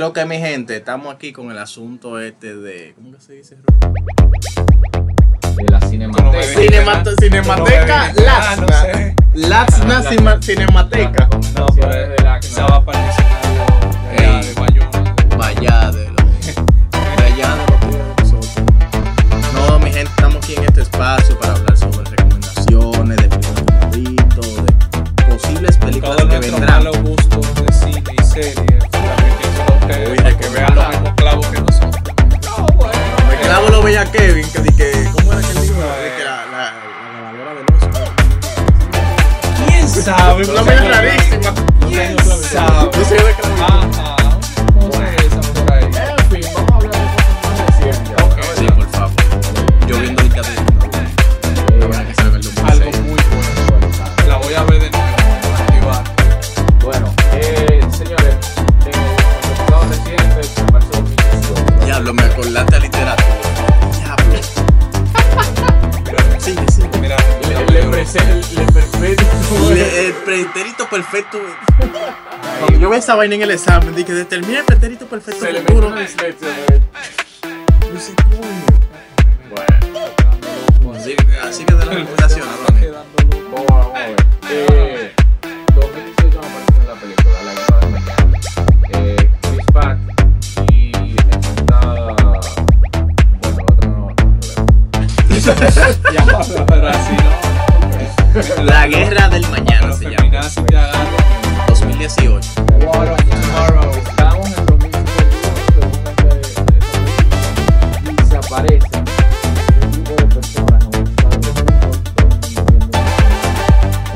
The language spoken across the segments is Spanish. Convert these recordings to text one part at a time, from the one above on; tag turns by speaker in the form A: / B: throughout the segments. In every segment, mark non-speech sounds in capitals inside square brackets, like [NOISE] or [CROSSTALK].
A: lo que mi gente, estamos aquí con el asunto este de. ¿Cómo que se dice?
B: De la Cinemateca.
A: Cinemato- cinemateca
C: No me- Ah,
A: Laxna.
C: no sé.
A: Laxna
B: Ah, la-
A: Cima- Cinemateca.
C: No, pero es de la Quizá va para el escenario de la-
A: Ey.
C: de Bayona.
A: Vaya de lo. Vaya de lo que de nosotros. No, mi gente, estamos aquí en este espacio para hablar sobre recomendaciones, de películas favoritos, de posibles películas
C: Todos
A: que
C: nuestros
A: vendrán.
C: malos gustos de cine y series, la metimos a ustedes
A: Uy,
C: para
A: hay
C: que
A: que
C: vean los
A: hablar.
C: mismos clavos que nosotros. No, bueno.
A: Me clavo lo veía Kevin, que di que. ¿Cómo era que libro? De que la, la, la grabadora del Oscar.
C: ¿Quién sabe?
A: Una vaina rarísima.
C: ¿Quién
A: Ah,
C: sabe? Ah,
A: yo soy de Clavos.
C: Ajá, una cosa de esa por ahí.
B: En fin, vamos a hablar de cosas más recientes. ahora,
A: Sí,
B: ¿verdad?
A: por favor. Yo viendo el cadete. La verdad que salga el
C: Algo
A: 2006.
C: muy bueno. La voy a ver de nuevo. activar.
B: Bueno, eh, señores, de los resultados recientes, me parece 2018.
A: Diablo, me acordaste a literatura. Diablo. Sí, sí.
C: Mira,
B: Le,
C: mira,
B: le,
C: mira.
B: prese- le perfecto.
A: Le- El pretérito perfecto. Cuando yo veo esa vaina en el examen, dije, determina el pretérito perfecto
B: Se le metió
A: futuro.
B: una dislexia, ¿verdad?
A: Yo sé, coño. Bueno. Así, así que de la recomendación,
C: Está quedando loco.
B: Vamos a- vamos a ver. Eh, 2018 me aparece en la película, La Guerra de Mañana. Eh, Chris Pratt y esta. Bueno, otra no.
C: Ya pasó, pero así no.
A: [LAUGHS] La guerra del mañana
C: Pero
A: se llama.
C: terminás y te agarro.
A: 2018.
C: War of Tomorrow.
B: Estamos en 2051, según este- y se aparece un grupo de personas en un estado de confort, viviendo en-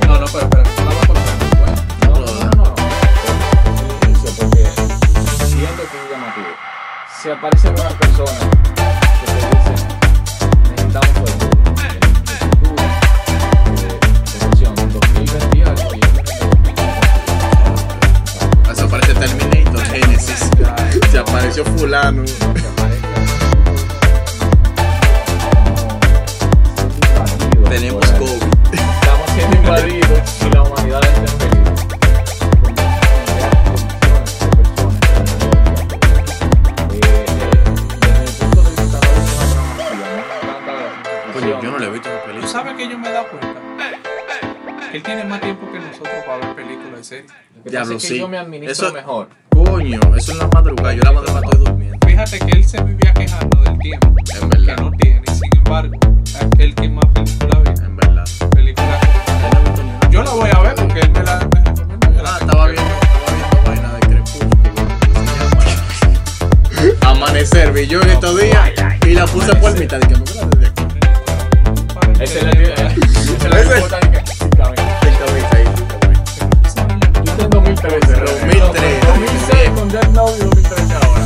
C: No, no, pero espera, no la voy a cortar, bueno.
B: No, no, no, no. Eso, porque siento que es llamativo. Se aparecen unas personas que te dicen, necesitamos tu ayuda. Necesitamos tu ayuda. Eh, promoción, 2028 y este es
A: Así aparece Terminator, Genesis. Se apareció fulano.
B: 2028.
A: Tenemos
B: Que aparezca como- invadidos por-
A: COVID.
B: Estamos siendo invadidos y la humanidad está en peligro. Con millones de personas que están muriendo. Eh, desde el punto de vista no es una trama activa, no es tanta la
A: Coño, yo
B: situación.
A: no le he visto esa
C: Tú
A: película.
C: sabes que yo me he dado cuenta. que Él tiene más tiempo que nosotros para ver películas y series.
B: Lo que
A: Diablo,
B: pasa es que
A: sí.
B: yo me administro
A: Eso-
B: mejor.
A: Coño, eso es la madrugada. Yo la madrugada estoy durmiendo.
C: Fíjate que él se vivía quejando del tiempo
A: En
C: que
A: verdad,
C: no tiene. y Sin embargo, aquel que más películas ve,
A: en verdad.
C: películas. Yo la voy a ver porque él me la me recomienda. yo la
A: Ah,
C: tengo
A: estaba
C: que
A: viendo,
C: ver.
A: estaba viendo vaina de crepúsculo. Se llama Amanecer, vi yo en estos días y la puse por mitad. Dije, "Mira, desde aquí".
C: Para
B: Ese es el- eh.
C: entender, ¿verdad?
B: ese es el-
A: Ese-
B: Yo estoy en 2013, Romeo.
A: 2013.
B: 2006 con Death Note y 2013 ahora.
C: [LAUGHS]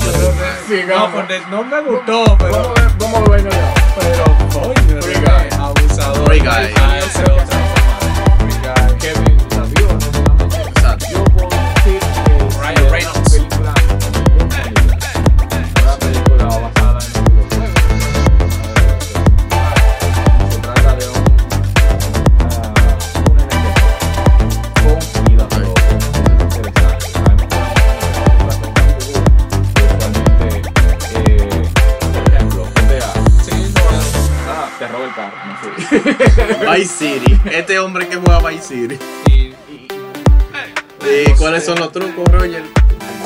C: No,
B: Sigamos.
C: con el- no me gustó,
B: Vamos
C: pero.
B: a ver- vamos a verlo ya.
C: Pero, coño,
B: Free
C: qué
B: Guy.
C: abusador.
A: Free Guy.
C: Ah, ese otro. Free Guy.
B: Kevin Sabió, no solamente
A: Exacto.
B: Yo puedo decir que
C: Ryan
B: es una
C: Reynolds.
B: película muy bonita. Una película basada en un videojuego. Se trata de un ah, un NPC con vida propia. Es interesante. Sabemos que eh, la mujer se trata de un individuo que usualmente, eh, por ejemplo, GTA,
C: Sí, no,
B: ah, te roba el carro, no sé.
A: Vice City. Este hombre que juega Vice City.
C: y-
A: ¿Y cuáles son los trucos, Roger?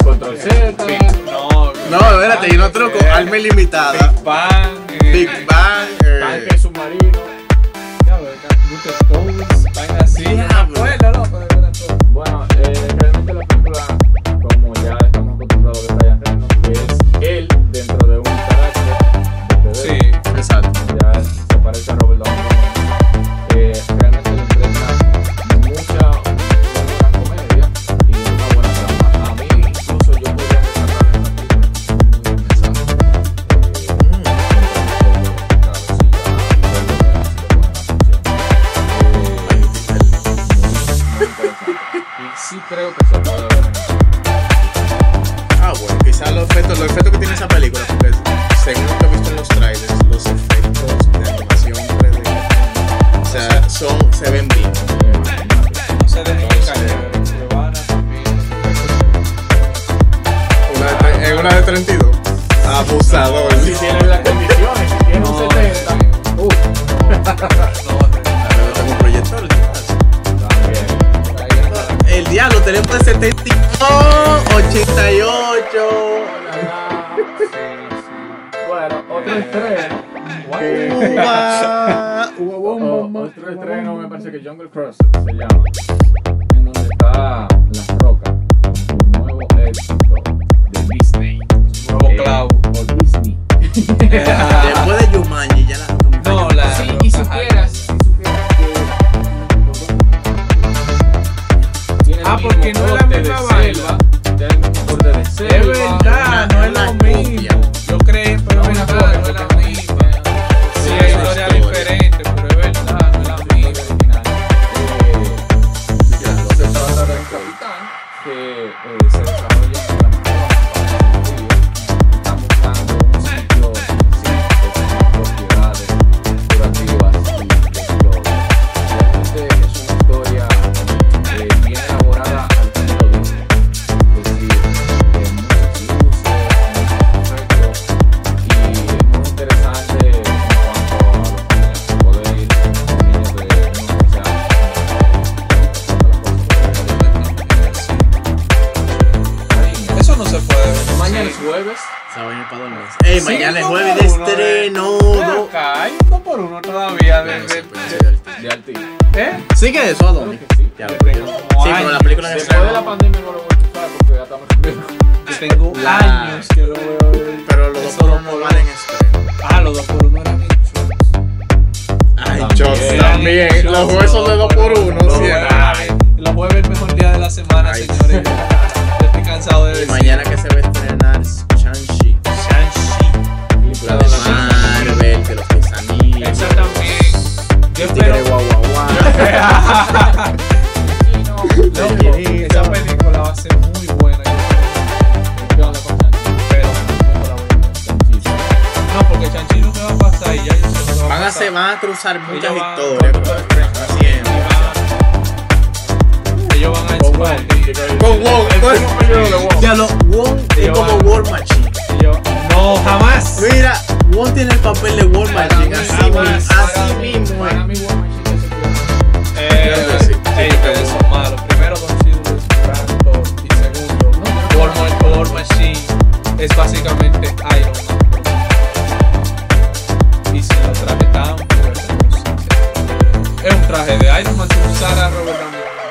B: Control
C: Eh,
B: Z.
C: No,
A: No, espérate, y los trucos. Arma ilimitada.
C: Big Bang. eh,
A: Big Bang. eh,
B: Tanque submarino.
C: Ya, ¿verdad? Luther Tones, vaina así.
A: Diablo.
C: Bueno, no, pero era todo.
B: Bueno, eh, realmente la película, como ya estamos acostumbrados a Ryan Reynolds, que es él dentro de un carácter. de
C: Sí,
B: bebé,
A: Exacto.
B: Ya se parece a Robert Downey. Jr. Eh, realmente le entrega mucha, una buena comedia y una buena trama. A mí, incluso yo podría rescatar esta película. Muy interesante. Eh,
A: Mm.
B: Claro, sí, ya,
A: Ah, abusador.
B: Si tienes las condiciones, si tienes un
C: No.
B: 70, uff,
A: Ahora tengo un proyector. el diablo.
B: también. Ahí está.
A: El diablo, tenemos de 72, 88.
B: Bueno, otro estreno.
A: Uva, uva,
B: O-
A: bomba,
B: Otro
A: uva,
B: estreno
A: bomba.
B: me parece que Jungle Cross se llama. En donde está Las Rocas. Un nuevo éxito de Disney.
C: Nuevo
B: Eh,
C: clavo.
B: O Disney.
A: Después de Yumanji ya la
C: No, la.
B: Sí, y supieras, si supieras que. Tiene el
C: Ah,
B: mismo
C: porque no es la
B: corte de
C: misma
B: selva,
C: vaina.
B: Tiene el mismo corte de selva.
C: Es verdad, no es lo mismo. Yo creí, pero es verdad, no es la misma. Sí, hay historias diferentes, pero es verdad, no es la misma.
B: Se trata de un capitán que eh, se desarrolla en la Está buscando un sitio específico con propiedades curativas y de Realmente es una historia eh, bien elaborada al estilo Disney. Es decir, eh, muchos luces, muchos efectos y es muy interesante en cuanto a los niños poder ir con niños de unos 11 años.
C: Eso no se puede ver.
B: Mañana es jueves.
A: Ey,
C: Sí,
A: mañana es
C: como
A: jueves de
C: uno, eh.
A: estreno.
C: Ven
A: no.
C: acá, Hay uno por uno todavía. de- de-
A: pues,
C: de-
B: De Alti.
C: ¿Eh?
A: Sigue eso, Adonis.
B: Creo que sí.
A: Ya, porque- Sí, pero la película que
B: Después de la
A: se
B: pandemia no lo voy a escuchar porque ya estamos
C: Yo tengo
A: La-
C: años que lo veo.
A: Pero los dos
C: Eso
A: por
C: no
A: uno
C: lo-
A: van en estreno.
C: Ah, los dos por uno eran hechos.
A: Ay,
B: También.
A: Dios, Eh, también. Los jueves son de dos por uno.
C: Los
A: sí.
C: jueves- ay, Los jueves es el mejor día de la semana,
A: Ay.
C: señores. Yo estoy cansado de
A: Y
C: decir.
A: mañana que se va a estrenar Shang-Chi.
C: Shang-Chi.
A: La de
B: Película
A: Marvel, de los guisanitos.
C: Esa también.
A: Tigre
C: Yo espero.
A: guau guau guau.
C: [LAUGHS] Loco, esa película va a ser muy buena. yo espero. No, porque Shang-Chi no me va a pasar y ya yo sé lo que va
A: Van a,
C: pasar.
A: se van a cruzar muchas
C: Ella va-
A: historias.
C: Y va- Ellos
A: Oh,
C: van a expandir.
A: Con Wong. Ya lo, Wong es
C: Ella va-
A: como War Machine.
C: Ellos- No, jamás.
A: Mira, Wong tiene el papel de War
B: Para mí,
A: Machine. Así mismo.
B: para
A: Así
B: mí,
A: mismo. eh.
B: para mí, War Machine es el que-
C: Eh,
A: Sí, sí,
C: ey,
A: sí,
C: ustedes son malos. Primero, Don Silver es un actor. Y segundo, War, Ma- War Machine es básicamente Iron Man. Y se lo traje tan fuerte como siempre. Es un traje de Iron Man sin usar a Robert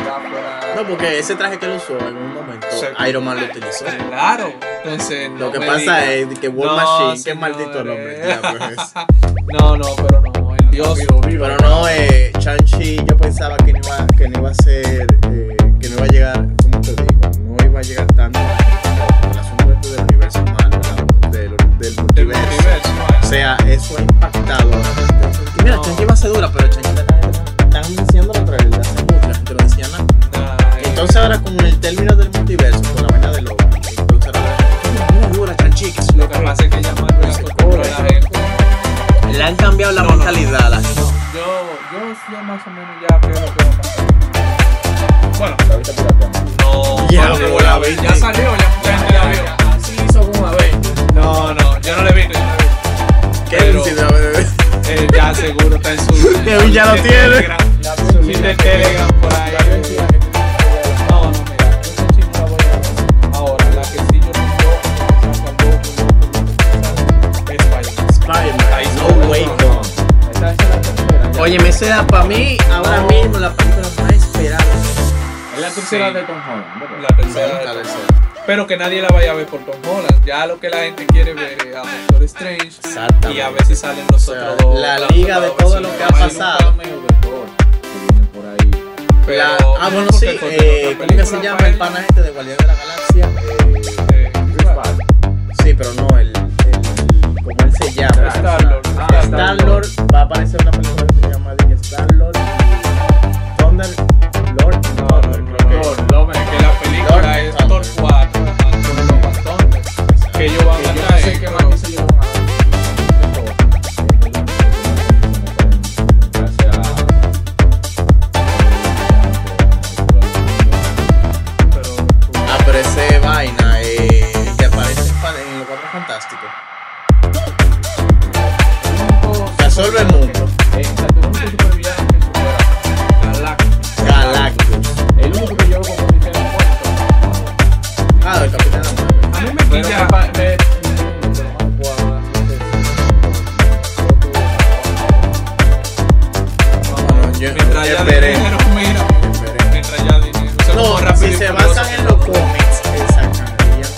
C: Downey Jr.
A: No, porque ese traje que él usó en un momento,
C: Sí.
A: Iron Man lo utilizó.
C: Claro. Entonces, no
A: Lo que
C: me
A: pasa
C: digas.
A: es que War
C: No,
A: Machine, qué
C: señores.
A: maldito nombre. pues. diablo es.
C: [LAUGHS] No, no, pero no. El dios.
A: Pero no, eh, Shang-Chi yo pensaba que no iba, que no iba a ser, eh, que no iba a llegar, ¿cómo te digo? No iba a llegar tanto a la gente, el asunto este del universo humano, del, del
C: del
A: multiverso.
C: universo.
A: O sea, eso ha impactado. a la gente. Y mira,
C: No.
A: Shang-Chi va a ser dura, pero Shang-Chi la están diciendo la otra vez, la hacen mucho, la gente lo decía nada.
C: Ay,
A: Entonces ahora con el término del multiverso, con la vaina de Loki, entonces ahora la gente, "Mira, dura, Shang-Chi, que es
C: Lo
A: lo
C: que pasa es que ya Marvel
A: Pues,
C: acostumbró a la gente.
A: Le han cambiado la
C: No, no.
A: mentalidad a la gente.
C: No, yo, yo sí más o menos ya veo lo que va a pasar. Bueno,
B: La ahorita pirateamos.
C: no,
A: Ya,
C: no,
A: pero la vi.
C: ya salió, ya mucha gente la vio.
B: Así hizo una vez.
C: No, no, yo no le vi, yo no le
A: ¿Qué
C: Pero-
A: densidad, bebé?
C: vi. Él ya seguro está en su.
A: Él [LAUGHS] ya lo
C: en
A: tiene.
C: Telegram.
B: La
C: Sí, de Telegram por ahí.
B: La mentira que tiene que ver la-
C: No, no, mira, esa chino la voy a ver. Ahora, la que sí yo no puedo pensar que algo que no puedo pensar es Spider-Man. Ahí
A: Spider-Man,
C: está.
A: no way.
B: No, esa es la tercera. ya.
A: Oye, me da para mí ahora
B: No.
A: mismo la película más esperada.
B: Es la tercera de Tom Holland, ¿verdad?
C: La tercera. Pero que nadie la vaya a ver por Tom Holland. Ya lo que la gente quiere ver es a Doctor Strange.
A: Exactamente.
C: Y a veces salen los
A: O sea,
C: otros dos.
A: la
C: las
A: liga
C: otras
A: de
C: dos
A: todo
C: versiones
A: lo que ha
C: de Iron
A: pasado.
B: Un cameo de Thor que viene por ahí.
C: Pero,
A: La- ah, bueno, sí.
C: porque fue
A: eh,
C: otra
A: ¿Cómo que se
C: película
A: llama
C: para
A: el
C: él.
A: pana este de Guardián de la Galaxia? Eh,
C: Eh,
B: Chris Pratt.
A: sí, pero no, el. el- ¿Cómo él se llama?
C: Star-Lord.
B: Ah,
A: Ah,
B: Star-Lord.
A: Star-Lord va a aparecer una película que se llama de que Star-Lord y Thunder. Lord.
C: No,
A: Thunder,
C: no,
A: creo que.
B: Thor, Love and
C: que la película es Thor 4, Thor Bastón, que ellos van a
B: Yo no sé qué
C: traer. pero-
B: más que se llevan a
C: pero-
A: Ah, pero ese vaina, eh, el que aparece en Fan- en los Cuatro Fantásticos. resuelve el mundo.
B: Exacto, el único supervillano que supera Galactus.
A: Galactus.
B: El único que yo lo confundí que era un muerto.
A: Ah, el Capitán América.
C: A mí me
B: Pero
C: quilla.
B: me pa- me- no puedo hablar de eso. No, no,
A: Bueno, yo-
C: Mientras haya
A: esperemos.
C: dinero, mira. Mientras haya dinero. O sea, como
A: No,
C: rápido
A: si
C: y
A: se
C: furioso.
A: basan en los cómics, que sacarían.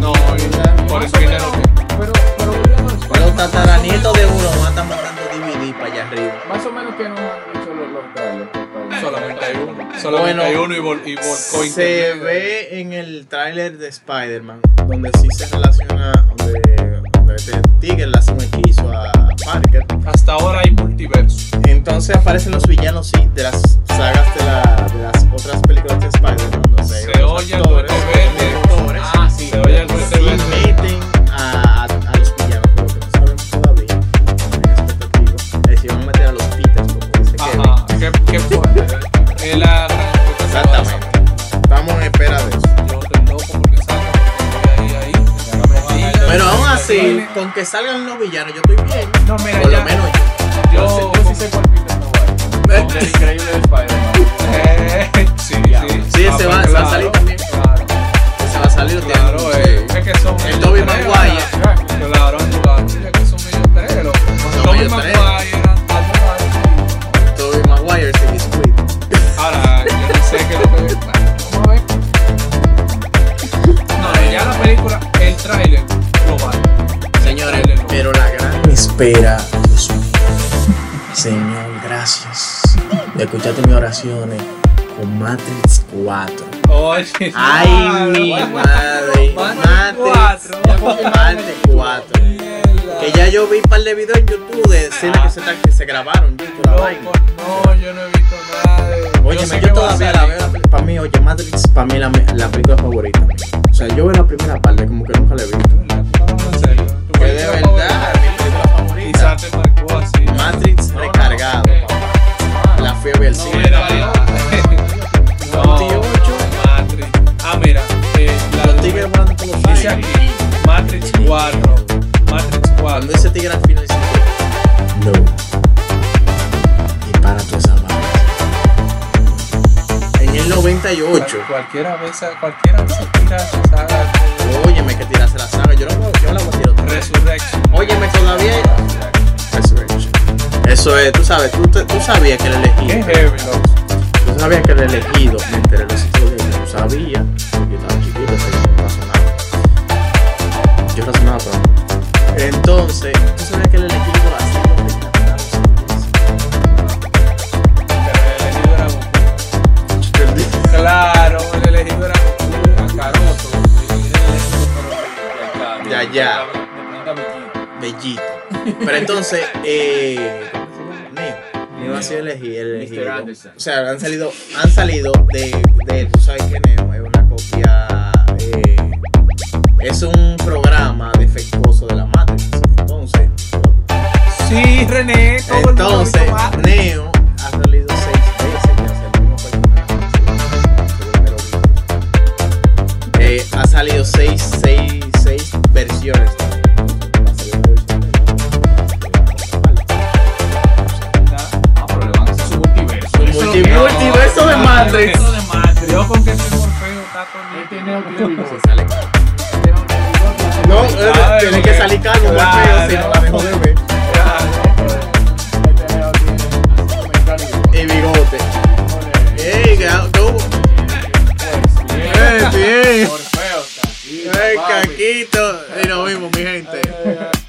C: No,
A: ¿verdad?
C: por eso dinero que.
B: Pero, pero volvemos al-
A: Los tataranietos de uno van a estar mandando DVD para allá arriba.
B: Más o menos que no han hecho los, los trailers. por favor.
C: Solamente hay uno. Solamente hay
A: Bueno,
C: uno y, vol y volcó
A: Se
C: internet.
A: ve en el tráiler de Spider-Man, donde sí se relaciona, donde, donde este Tigger le hace un hechizo a Parker.
C: Hasta ahora hay multiverso.
A: Entonces aparecen los villanos, sí, de las sagas de, la- de las otras películas de Spider-Man. donde hay
C: Se
A: otros
C: oye el
A: actores,
C: Duende Verde.
A: actores.
C: Ah, sí. Se oye el Duende
A: Sí,
C: Verde.
A: meten a, a- a los villanos, porque no sabemos todavía. tienen expectativa. Es decir, van a meter a los Peters, como dice Kevin.
C: Ajá. Qué, qué fuerte. ¿eh? Es la gran cosa que va a pasar.
A: Exactamente. Estamos en espera de eso.
C: Yo estoy loco porque salga. porque Ahí, ahí.
A: Pero aún así, con que salgan los villanos, yo estoy bien.
C: No, mira,
A: Por
C: ya.
A: lo menos yo.
B: Yo,
C: Yo.
B: yo sí sé cuál Peter no va. El del increíble de Spider-Man.
C: Eh, sí, sí.
A: Sí, se va,
C: Ah, pues
A: se va a
C: claro,
A: salir también.
B: Claro.
A: Se va a salir
C: Claro, eh. Es que son.
A: El Tobey
C: millones,
A: Maguire.
C: ¿verdad? Claro, claro. Es que son milloteros.
A: Son
C: Tobey Maguire,
A: milloteros.
C: Andrew Garfield.
A: Tobey Maguire, Silly Squid.
C: Ahora, yo no sé qué es lo que. Vamos a ver. No, ya la película, el tráiler lo vale.
A: Señores,
C: Dale, no.
A: pero la gran espera, Dios mío. Señor, gracias. De escucharte mis oraciones con Matrix 4.
C: Oye,
A: Ay, mi madre. Matrix
C: Matrix
A: 4. Matrix 4. Que ya yo vi un par de videos en YouTube de
C: Ah.
A: escenas que se, ta- que se grabaron. Yo, la vaina.
C: No, yo no he visto nada. de-
A: Oye,
C: sé
A: yo,
C: que va a
A: todavía la
C: salir.
A: veo. Para mí, oye, Matrix, para mí la, me- la película favorita. O sea, yo veo la primera parte, como que nunca la he visto.
C: No, en serio. Tu
A: Que de
C: película
A: verdad, mi
C: favorita.
A: película favorita.
C: Quizá te marcó así.
A: Matrix
B: No, no,
A: recargado.
B: eh,
A: La fui a ver al
B: no,
A: cine.
C: Mira,
B: no,
C: no,
A: 98.
C: Matrix. Ah, mira. eh, la
A: Los
C: de-
A: tigres volando por los
C: Dice
A: aires.
C: aquí Matrix 4. Matrix 4.
A: Cuando ese tigre al final dice: No. Dispara tú esa bala. En el 98.
C: Cual- Cualquiera vez, cualquiera vez se tira su saga
A: Óyeme que tirase la saga. Yo, no, puedo- yo la voy a tirar otra
C: de
A: vez.
C: Resurrection.
A: Óyeme todavía. hay- Eso es, tú sabes, tú, te- tú sabías que el
C: Qué
A: elegido.
C: heavy, loco.
A: Tú sabías que el elegido, me enteré de ese truco, yo no sabía, porque yo estaba chiquito, así que no razonaba. Yo razonaba, pero. no. Entonces, tú sabías que el elegido hacía lo que encantaba a los hombres?
C: Pero el elegido era Goku. Claro, el elegido era Goku, Kakaroto.
A: Ya, ya. Bellito. Pero entonces, eh. Neo. Neo ha sido elegi- el elegido.
B: Mr. Anderson.
A: O sea, han salido, han salido de, de- Tú sabes que Neo es una copia. eh, es un programa defectuoso de la Matrix. Entonces,
C: Sí, René, todo el mundo
A: entonces
C: hizo mal.
A: Neo ha salido seis veces. ya sea el mismo personaje, seguro que lo viste. Eh, ha salido seis, seis, seis versiones. también. Entonces, va a salir una versión de Neo, que va a ser
B: Ah, pero le van a hacer su multiverso.
A: Un
B: Eso
A: multi-
B: no-
A: multiverso de Matrix.
C: Multiverso de Matrix. Yo con que soy Morfeo, Tato,
B: Este Neo tiene bigote.
A: normal. Se sale con-
B: Este Neo tiene bigote.
A: No,
B: Este
A: eh,
C: Ay,
A: tiene
C: porque-
A: que salir calvo, más feo, si no
C: Claro.
A: la dejo de ver.
B: Neo tiene así como el
A: Y bigote.
B: cariño.
A: ¡Ey, qué qué hubo! ¡Ey, bien!
B: Morfeo, tranquilo,
A: ¡Ey,
B: papi.
A: caquito! Y nos vimos, mi gente.
B: Ay, ay, ay.